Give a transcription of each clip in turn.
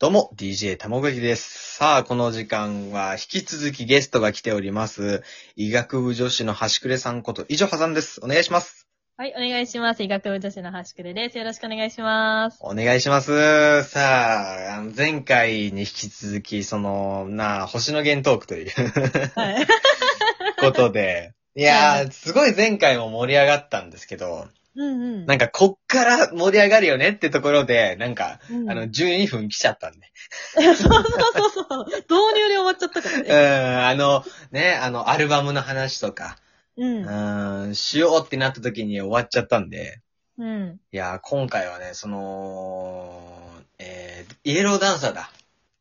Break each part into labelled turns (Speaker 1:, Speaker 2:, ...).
Speaker 1: どうも、DJ たもぐきです。さあ、この時間は引き続きゲストが来ております。医学部女子の端くれさんこと、以上はさんです。お願いします。
Speaker 2: はい、お願いします。医学部女子の橋くれです。よろしくお願いします。
Speaker 1: お願いします。さあ、あの前回に引き続き、その、なあ、星野源トークという
Speaker 2: はい。
Speaker 1: ことで、 いやー、すごい前回も盛り上がったんですけど、
Speaker 2: うんうん。
Speaker 1: なんかこっから盛り上がるよねってところで、なんか、
Speaker 2: うん
Speaker 1: あの、12分来ちゃったんで。
Speaker 2: そうそうそうそう。導入で終わっちゃったから
Speaker 1: うん、
Speaker 2: ね。
Speaker 1: あの、ね、あの、アルバムの話とか、
Speaker 2: う。
Speaker 1: うんーん、しようってなった時に終わっちゃったんで、
Speaker 2: うん。
Speaker 1: いやー、今回はね、その、えー、イエローダンサーだ。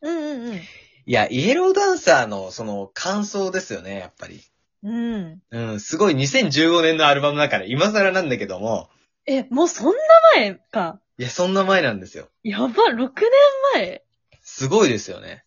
Speaker 2: うんうん
Speaker 1: いや、イエローダンサーのその感想ですよね、やっぱり。
Speaker 2: うん。うん。
Speaker 1: うん、すごい2015年のアルバムだから、今更なんだけども、
Speaker 2: え、もうそんな前か。
Speaker 1: いや、そんな前なんですよ。
Speaker 2: やば、6年前。
Speaker 1: すごいですよね。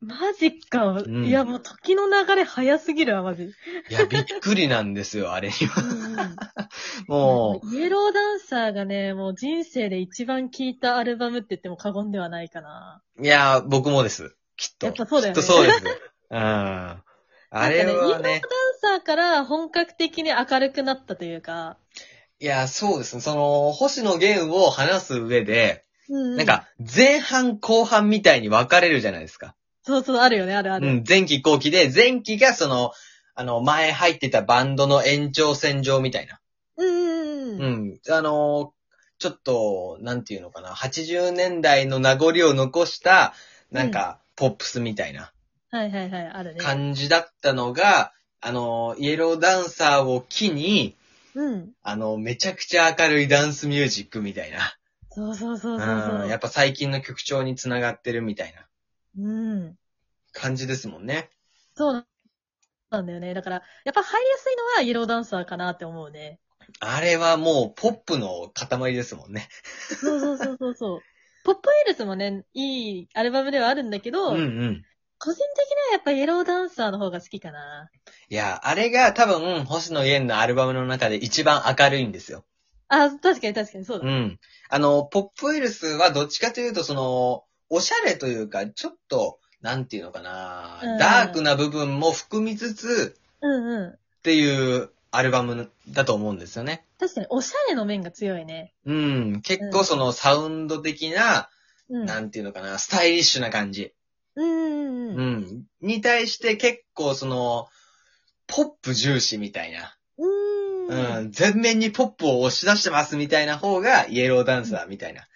Speaker 2: マジか。
Speaker 1: ん
Speaker 2: いや、もう時の流れ早すぎるわ、マジ。
Speaker 1: いや、びっくりなんですよ、あ れには。
Speaker 2: うんうん
Speaker 1: もう、
Speaker 2: イエローダンサーがね、もう人生で一番聴いたアルバムって言っても過言ではないかな。
Speaker 1: いやー、僕もです。きっと。
Speaker 2: やっぱそうだよね
Speaker 1: きっとそうです。うん。あれはね。
Speaker 2: ダンサーから本格的に明るくなったというか。
Speaker 1: いや、そうですね。その、星野源を話す上で、
Speaker 2: うんう
Speaker 1: なん、か、前半後半みたいに分かれるじゃないですか。
Speaker 2: そうそう、あるよね、あるあ
Speaker 1: う
Speaker 2: る。
Speaker 1: ん、前期後期で、前期がその、あの、前入ってたバンドの延長線上みたいな。
Speaker 2: うんうん
Speaker 1: う
Speaker 2: うん。
Speaker 1: ん。あの、ちょっと、なんていうのかな、80年代の名残を残した、なんか、ポップスみたいな。
Speaker 2: はいはいはい、あるね。
Speaker 1: 感じだったのが、あの、イエローダンサーを機に、
Speaker 2: うん。
Speaker 1: あの、めちゃくちゃ明るいダンスミュージックみたいな。
Speaker 2: そうそうそうそうそう
Speaker 1: うん、やっぱ最近の曲調につながってるみたいな
Speaker 2: うん。
Speaker 1: 感じですもんね。
Speaker 2: そうなんだよね。だから、やっぱ入りやすいのはイエローダンサーかなって思うね。
Speaker 1: あれはもうポップの塊ですもんね。
Speaker 2: そうそうそうそうそう。 ポップウイルスもね、いいアルバムではあるんだけ
Speaker 1: う
Speaker 2: ど、
Speaker 1: んうん。
Speaker 2: 個人的にはやっぱイエローダンサーの方が好きかな。
Speaker 1: いや、あれが多分、星野源のアルバムの中で一番明るいんですよ。
Speaker 2: あ、確かに確かにそうだ。
Speaker 1: うん。あの、ポップウイルスはどっちかというと、その、おしゃれというか、ちょっと、なんていうのかな、
Speaker 2: うん
Speaker 1: ダークな部分も含みつつ、
Speaker 2: うんうん。
Speaker 1: っていうアルバムだと思うんですよね。
Speaker 2: 確かにおしゃれの面が強いね。
Speaker 1: うん。結構そのサウンド的な、
Speaker 2: うん。
Speaker 1: なんていうのかな、スタイリッシュな感じ。
Speaker 2: うんうんう
Speaker 1: う
Speaker 2: ん。うん
Speaker 1: ん。に対して結構その、ポップ重視みたいな。
Speaker 2: うん。
Speaker 1: うん。全面にポップを押し出してますみたいな方が、イエローダンサーみたいな。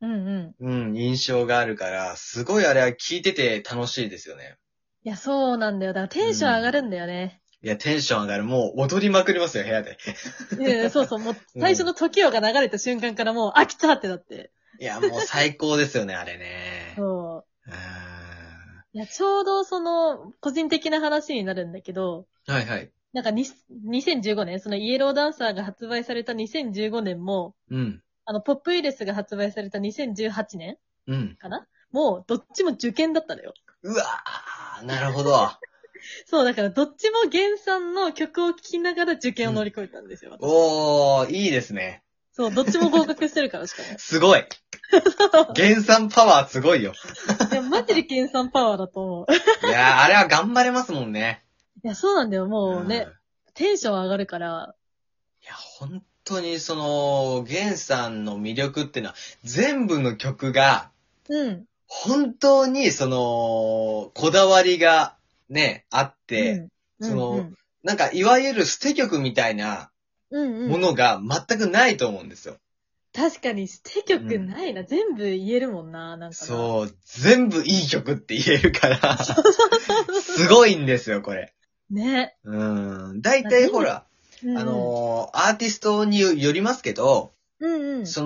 Speaker 2: うんうん。
Speaker 1: うん。印象があるから、すごいあれは聴いてて楽しいですよね。
Speaker 2: いや、そうなんだよ。だからテンション上がるんだよね。
Speaker 1: いや、テンション上がる。もう踊りまくりますよ、部屋で。
Speaker 2: いやいやそうそう、も う
Speaker 1: うん
Speaker 2: 最初の時をが流れた瞬間からもう飽きたってなって。
Speaker 1: いや、もう最高ですよね、あれね。
Speaker 2: そ
Speaker 1: うん。は
Speaker 2: う。いや、ちょうどその、個人的な話になるんだけど、
Speaker 1: いはい。
Speaker 2: なんかに2015年、そのイエローダンサーが発売された2015年も、
Speaker 1: うん。
Speaker 2: あの、ポップウイルスが発売された2018年
Speaker 1: うん。
Speaker 2: かなもう、どっちも受験だったのよ。
Speaker 1: うわー、なるほど。
Speaker 2: そう、だからどっちも原産の曲を聴きながら受験を乗り越えたんですよ。私
Speaker 1: おー、いいですね。
Speaker 2: そう、どっちも合格してるからしかも。
Speaker 1: す ごい。原産パワーすごいよ。
Speaker 2: いや、マ ジで原産パワーだと思う。
Speaker 1: いやー、あれは頑張れますもんね。
Speaker 2: いや、そうなんだよ。もうね、
Speaker 1: んい
Speaker 2: テンション上がるから、
Speaker 1: や、本当にその、原産の魅力ってのは、全部の曲が、
Speaker 2: うん。
Speaker 1: 本当にその、こだわりが、ね、あって、
Speaker 2: うん、
Speaker 1: その
Speaker 2: うん
Speaker 1: なんか、いわゆる捨て曲みたいな
Speaker 2: うんうん
Speaker 1: ものが全くないと思うんですよ。
Speaker 2: 確かに、捨て曲ないな、全部言えるもんな、なんかな。
Speaker 1: そう、全部いい曲って言える から、すごいんですよ、これ。
Speaker 2: う。ね。
Speaker 1: うん。大体ほら、
Speaker 2: うんうん
Speaker 1: あ、のーアーティストによりますけど、
Speaker 2: うんうん。
Speaker 1: そ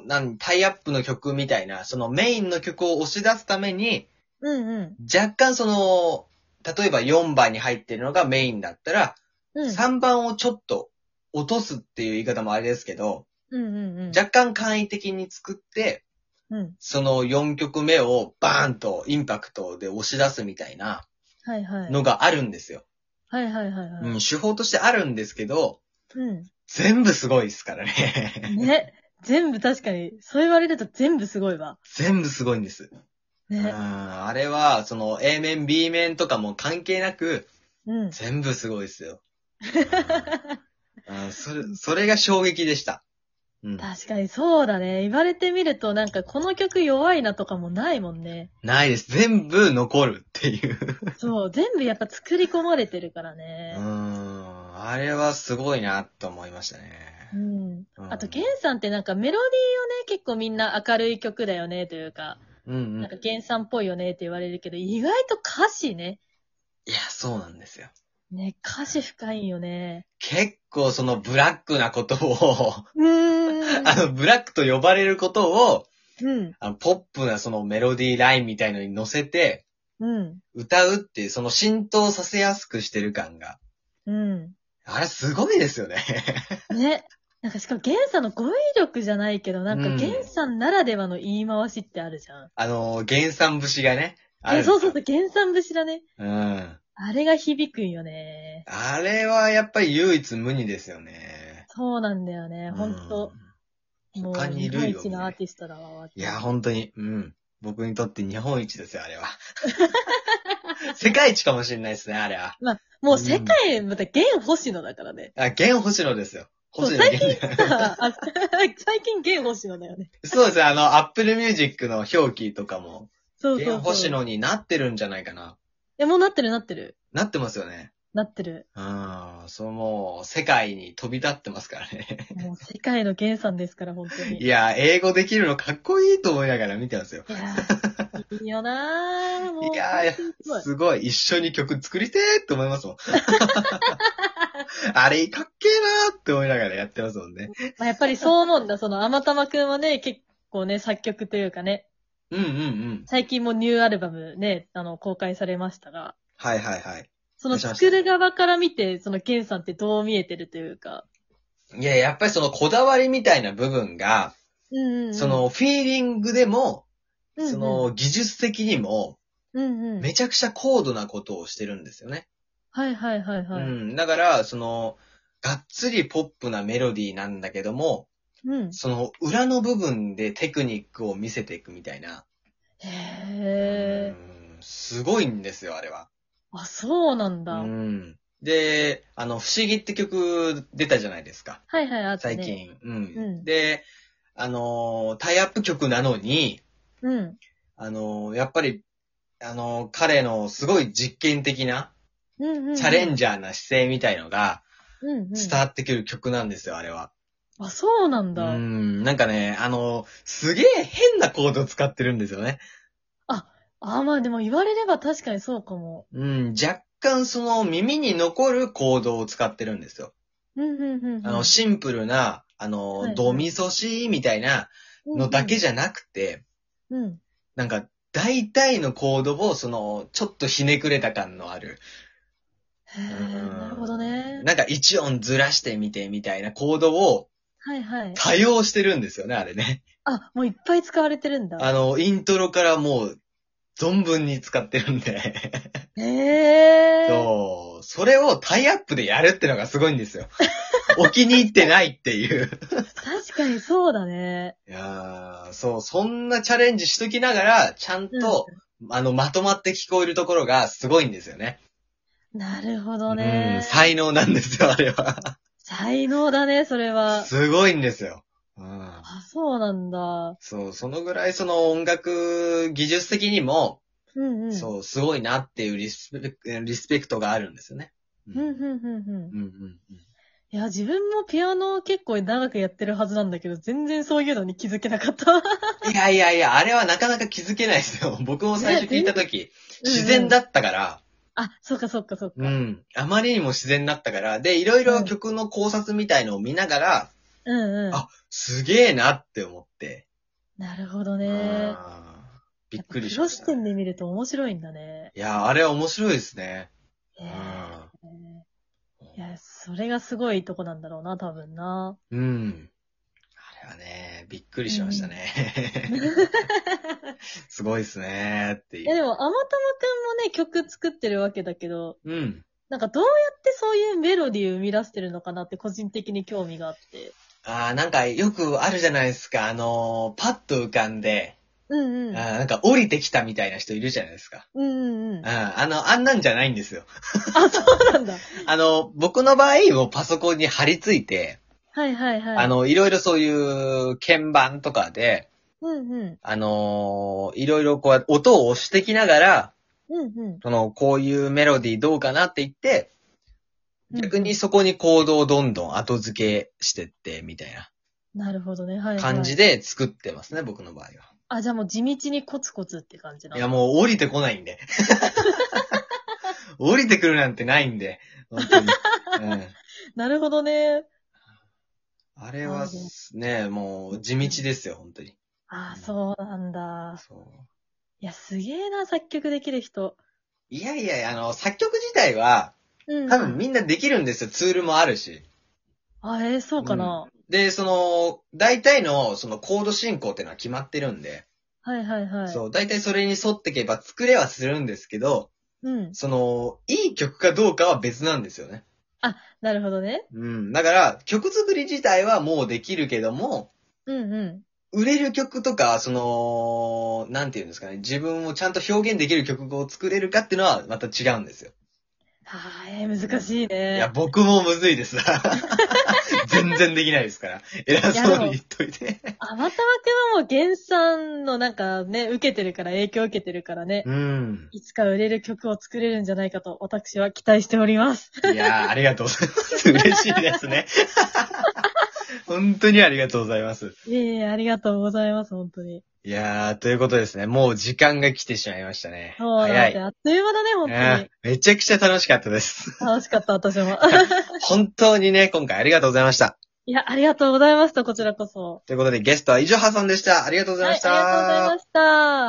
Speaker 1: の、なん、タイアップの曲みたいな、そのメインの曲を押し出すために、
Speaker 2: うんうん。
Speaker 1: 若干その、例えば4番に入ってるのがメインだったら、
Speaker 2: うん。
Speaker 1: 3番をちょっと落とすっていう言い方もあれですけど、
Speaker 2: うんうんうん。
Speaker 1: 若干簡易的に作って、
Speaker 2: うん。
Speaker 1: その4曲目をバーンとインパクトで押し出すみたいな
Speaker 2: はいはい。
Speaker 1: のがあるんですよ。
Speaker 2: はいはいはいは
Speaker 1: うん、
Speaker 2: い。
Speaker 1: 手法としてあるんですけど、
Speaker 2: うん。
Speaker 1: 全部すごいですからね。
Speaker 2: ね。全部確かに、そう言われると全部すごいわ。
Speaker 1: 全部すごいんです。うん、
Speaker 2: ね。
Speaker 1: あれは、その A 面、B 面とかも関係なく、
Speaker 2: うん。
Speaker 1: 全部すごいですよ。うんうんそれ、それが衝撃でした。うん。
Speaker 2: 確かにそうだね。言われてみると、なんかこの曲弱いなとかもないもんね。
Speaker 1: ないです。全部残るっていう。
Speaker 2: そう、全部やっぱ作り込まれてるからね
Speaker 1: う。ん。あれはすごいなと思いましたね。
Speaker 2: うん。あと、ゲン
Speaker 1: ン
Speaker 2: さんってなんかメロディーをね、結構みんな明るい曲だよねというか、
Speaker 1: うんうん。
Speaker 2: なんかゲンさんっぽいよねって言われるけど、意外と歌詞ね。
Speaker 1: いや、そうなんですよ。
Speaker 2: ね、歌詞深いよね。
Speaker 1: 結構そのブラックなことを、
Speaker 2: うーん。
Speaker 1: あの、ブラックと呼ばれることを、
Speaker 2: うん。
Speaker 1: あのポップなそのメロディーラインみたいのに乗せて、
Speaker 2: うん。
Speaker 1: 歌うっていう、その浸透させやすくしてる感が。
Speaker 2: う
Speaker 1: あれすごいですよね。
Speaker 2: ん。ね。なんかしかもゲンさんの語彙力じゃないけど、なん
Speaker 1: う
Speaker 2: か
Speaker 1: ん
Speaker 2: ゲンさんならではの言い回しってあるじゃん。
Speaker 1: あの、原産節がね。あ
Speaker 2: え、
Speaker 1: る
Speaker 2: そうそうそう、ゲンさん節だね。
Speaker 1: うん。
Speaker 2: あれが響くんよね。
Speaker 1: あれはやっぱり唯一無二ですよね。
Speaker 2: そうなんだよね、ほんと。
Speaker 1: うん
Speaker 2: もう、
Speaker 1: 他にい
Speaker 2: 日
Speaker 1: るよ
Speaker 2: 本
Speaker 1: ね
Speaker 2: 一のアーティストだわ。
Speaker 1: うん。いや、ほんとに。うん。僕にとって日本一ですよ、あれは。 世界一かもしれないですね、あれは。
Speaker 2: もう世界、また、ゲン星野だから ね。
Speaker 1: あ、ゲン星野ですよ。
Speaker 2: そう
Speaker 1: 星野
Speaker 2: 最
Speaker 1: 源
Speaker 2: 近さ、あ最近ゲン星野だよね。
Speaker 1: そうですね、あの、アップルミュージックの表記とかも、
Speaker 2: そうそう
Speaker 1: ゲ
Speaker 2: そ
Speaker 1: ン
Speaker 2: う。
Speaker 1: 星野になってるんじゃないかな。
Speaker 2: え、もうなってるなってる。
Speaker 1: なってますよね。
Speaker 2: なって る。
Speaker 1: うん、そうもう、世界に飛び立ってますからね。
Speaker 2: もう世界のゲンさんですから、本当に。
Speaker 1: いや、英語できるのかっこいいと思いながら見てますよ。
Speaker 2: いやーいいよなーもう。
Speaker 1: いやー
Speaker 2: すごい。
Speaker 1: すごい、一緒に曲作りてーって思います もん。あれ、かっけーなーって思いながらやってますもんね。
Speaker 2: まあ、やっぱりそう思うんだ。その、あまたまくんはね、結構ね、作曲というかね、
Speaker 1: うんうんうん。
Speaker 2: 最近もニューアルバムね、あの、公開されましたが、
Speaker 1: はいはいはい。
Speaker 2: その作る側から見て、そのゲンさんってどう見えてるというか。
Speaker 1: いや、やっぱりそのこだわりみたいな部分が、
Speaker 2: うんうんうん。
Speaker 1: そ、のフィーリングでも、
Speaker 2: うんうん、
Speaker 1: その、技術的にも、
Speaker 2: うんうん。
Speaker 1: めちゃくちゃ高度なことをしてるんですよね。
Speaker 2: はいはいはいはい。
Speaker 1: うん。だから、その、がっつりポップなメロディーなんだけども、
Speaker 2: うん。
Speaker 1: その裏の部分でテクニックを見せていくみたいな。
Speaker 2: へえ。
Speaker 1: うんすごいんですよ、あれは。
Speaker 2: あ、そうなん
Speaker 1: う
Speaker 2: だ。
Speaker 1: ん。で、あの、不思議って曲出たじゃないですか。
Speaker 2: はいはい、あったね
Speaker 1: 最。近。うん。
Speaker 2: うん
Speaker 1: で、あのー、タイアップ曲なのに、
Speaker 2: うん。
Speaker 1: あのー、やっぱり、あのー、彼のすごい実験的な、
Speaker 2: うんうんうん。
Speaker 1: チャレン
Speaker 2: ジ。
Speaker 1: ジャーな姿勢みたいのが、
Speaker 2: うんうん。
Speaker 1: 伝わってくる曲なんですよ、あれは。
Speaker 2: あ、そうなん
Speaker 1: う
Speaker 2: だ。
Speaker 1: ん、なんかね、あの、すげえ変なコードを使ってるんですよね。
Speaker 2: あ、まあでも言われれば確かにそうかも。
Speaker 1: うん、若干その耳に残るコードを使ってるんですよ。
Speaker 2: うんうんうんうん。
Speaker 1: あの、シンプルな、あの、
Speaker 2: はいはい
Speaker 1: ドミソシみたいなのだけじゃなくて、
Speaker 2: うんうん。
Speaker 1: なんか、大体のコードを、その、ちょっとひねくれた感のある。
Speaker 2: へ
Speaker 1: う
Speaker 2: え、
Speaker 1: ん
Speaker 2: なるほどね。
Speaker 1: なんか一音ずらしてみてみたいなコードを
Speaker 2: はいはい。
Speaker 1: 多用してるんですよね、あれね。
Speaker 2: あ、もういっぱい使われてるんだ。
Speaker 1: あの、イントロからもう、存分に使ってるんで。
Speaker 2: へえ。
Speaker 1: そう。それをタイアップでやるってのがすごいん ですよ。お気に入ってないっていう。
Speaker 2: 確かにそうだね。
Speaker 1: いやーそう、そんなチャレンジしときながら、ちゃんと、あの、まとまって聞こえるところがすごいんですよね。
Speaker 2: なるほど
Speaker 1: う
Speaker 2: ね
Speaker 1: ん、。才能なんですよ、あれは。
Speaker 2: 才能だね、それは。
Speaker 1: すごいんですよ。うん。
Speaker 2: あ、そうなんだ。
Speaker 1: そう、そのぐらいその音楽技術的にも、
Speaker 2: うんうん。う。
Speaker 1: そう、すごいなっていうリスペクリスペクトがあるんですよね。うん
Speaker 2: うん、
Speaker 1: う、
Speaker 2: うんん、うん、うん。
Speaker 1: うんうん。
Speaker 2: いや、自分もピアノ結構長くやってるはずなんだけど、全然そういうのに気づけなかった。
Speaker 1: いやいやいや、あれはなかなか気づけないですよ。僕も最初聞いたとき、 自然だ
Speaker 2: うんうん。
Speaker 1: ったから、
Speaker 2: あ、そっかそっかそっ
Speaker 1: う
Speaker 2: か。
Speaker 1: ん。あまりにも自然だったから、で、いろいろ曲の考察みたいのを見ながら、
Speaker 2: うんうん。
Speaker 1: あすげえなって思って。
Speaker 2: なるほどね。
Speaker 1: あーびっくりし
Speaker 2: や
Speaker 1: ま
Speaker 2: っぱ
Speaker 1: し
Speaker 2: プロ視
Speaker 1: た。い
Speaker 2: 点で見ると面白いんだね。
Speaker 1: や、あれは面白いですね。
Speaker 2: へ
Speaker 1: あ
Speaker 2: えいや、それがすごいとこなんだろうな、多 分な。
Speaker 1: うん。あれはね、びっくりしましたね。 すごいですねって
Speaker 2: いや、
Speaker 1: い
Speaker 2: で
Speaker 1: う。
Speaker 2: も、あまたまくんもね、曲作ってるわけだけど、
Speaker 1: うん。
Speaker 2: なんかどうやってそういうメロディーを生み出してるのかなって個人的に興味があって。
Speaker 1: ああ、なんかよくあるじゃないですか。あのーパッと浮かんで、
Speaker 2: うんうん。
Speaker 1: あーなんか降りてきたみたいな人いるじゃないですか。
Speaker 2: うんうんうん。
Speaker 1: うんあの、あんなんじゃないんですよ。
Speaker 2: あ、そうなんだ。
Speaker 1: あの、僕の場合、もうパソコンに貼り付いて、
Speaker 2: はいはいはい。
Speaker 1: あ、の、いろいろそういう鍵盤とかで、
Speaker 2: うんうん。
Speaker 1: あのーいろいろこう、音を押してきながら、
Speaker 2: うんうん。
Speaker 1: その、こういうメロディーどうかなって言って、逆
Speaker 2: う
Speaker 1: に
Speaker 2: ん
Speaker 1: そこに行動をどんどん後付けしてって、みたいな
Speaker 2: うん。なるほどね。はい、はい。
Speaker 1: 感じ
Speaker 2: で。
Speaker 1: で作ってますね、僕の場合は。
Speaker 2: あ、じゃあもう地道にコツコツって感じない
Speaker 1: や、もう降りてこないんで。 降りてくるなんてないんで、本当に。うん
Speaker 2: なるほどね。
Speaker 1: あれはすね、もう地道ですよ、本当に。
Speaker 2: あ、そうなんだ。
Speaker 1: そう
Speaker 2: いや、すげえな、作曲できる人。
Speaker 1: いやいや、あの、作曲自体は、
Speaker 2: うん。
Speaker 1: 多分みんなできるんですよ、ツールもあるし。
Speaker 2: あ、えー、そうかな。
Speaker 1: で、その、大体の、そのコード進行っていうのは決まってるんで、
Speaker 2: はいはいはい。
Speaker 1: そう、大体それに沿ってけば作れはするんですけど、
Speaker 2: うん。
Speaker 1: その、いい曲かどうかは別なんですよね。
Speaker 2: なるほどね。
Speaker 1: うん。だから、曲作り自体はもうできるけども、
Speaker 2: うんう
Speaker 1: 売れる曲とか、その、なんていうんですかね、自分をちゃんと表現できる曲を作れるかっていうのはまた違うんですよ。
Speaker 2: ん。はーえー、難しいね。
Speaker 1: いや、僕もむずい です。全然できないですから。偉そうに言っといて。
Speaker 2: あまたまくんはもう原産のなんかね、受けてるから、影響を受けてるからね、
Speaker 1: うん。
Speaker 2: いつか売れる曲を作れるんじゃないかと、私は期待しております。
Speaker 1: いやー、ありがとうございます。嬉しいです ね。本当にありがとうございます。
Speaker 2: いえいえ、ありがとうございます、本当に。
Speaker 1: いやー、ということですね。もう時間が来てしまいましたね。
Speaker 2: そう
Speaker 1: 早
Speaker 2: だっ
Speaker 1: い
Speaker 2: て、。あっという間だね、本当
Speaker 1: あー
Speaker 2: に。
Speaker 1: めちゃくちゃ楽しかったです。
Speaker 2: 楽しかった、私 も。
Speaker 1: 本当にね、今回ありがとうございました。
Speaker 2: いや、ありがとうございました、こちらこそ。
Speaker 1: ということで、ゲストは以上ハさんでした。ありがとうござい
Speaker 2: は
Speaker 1: ま
Speaker 2: い
Speaker 1: し、
Speaker 2: あ
Speaker 1: た。
Speaker 2: りがとうございました。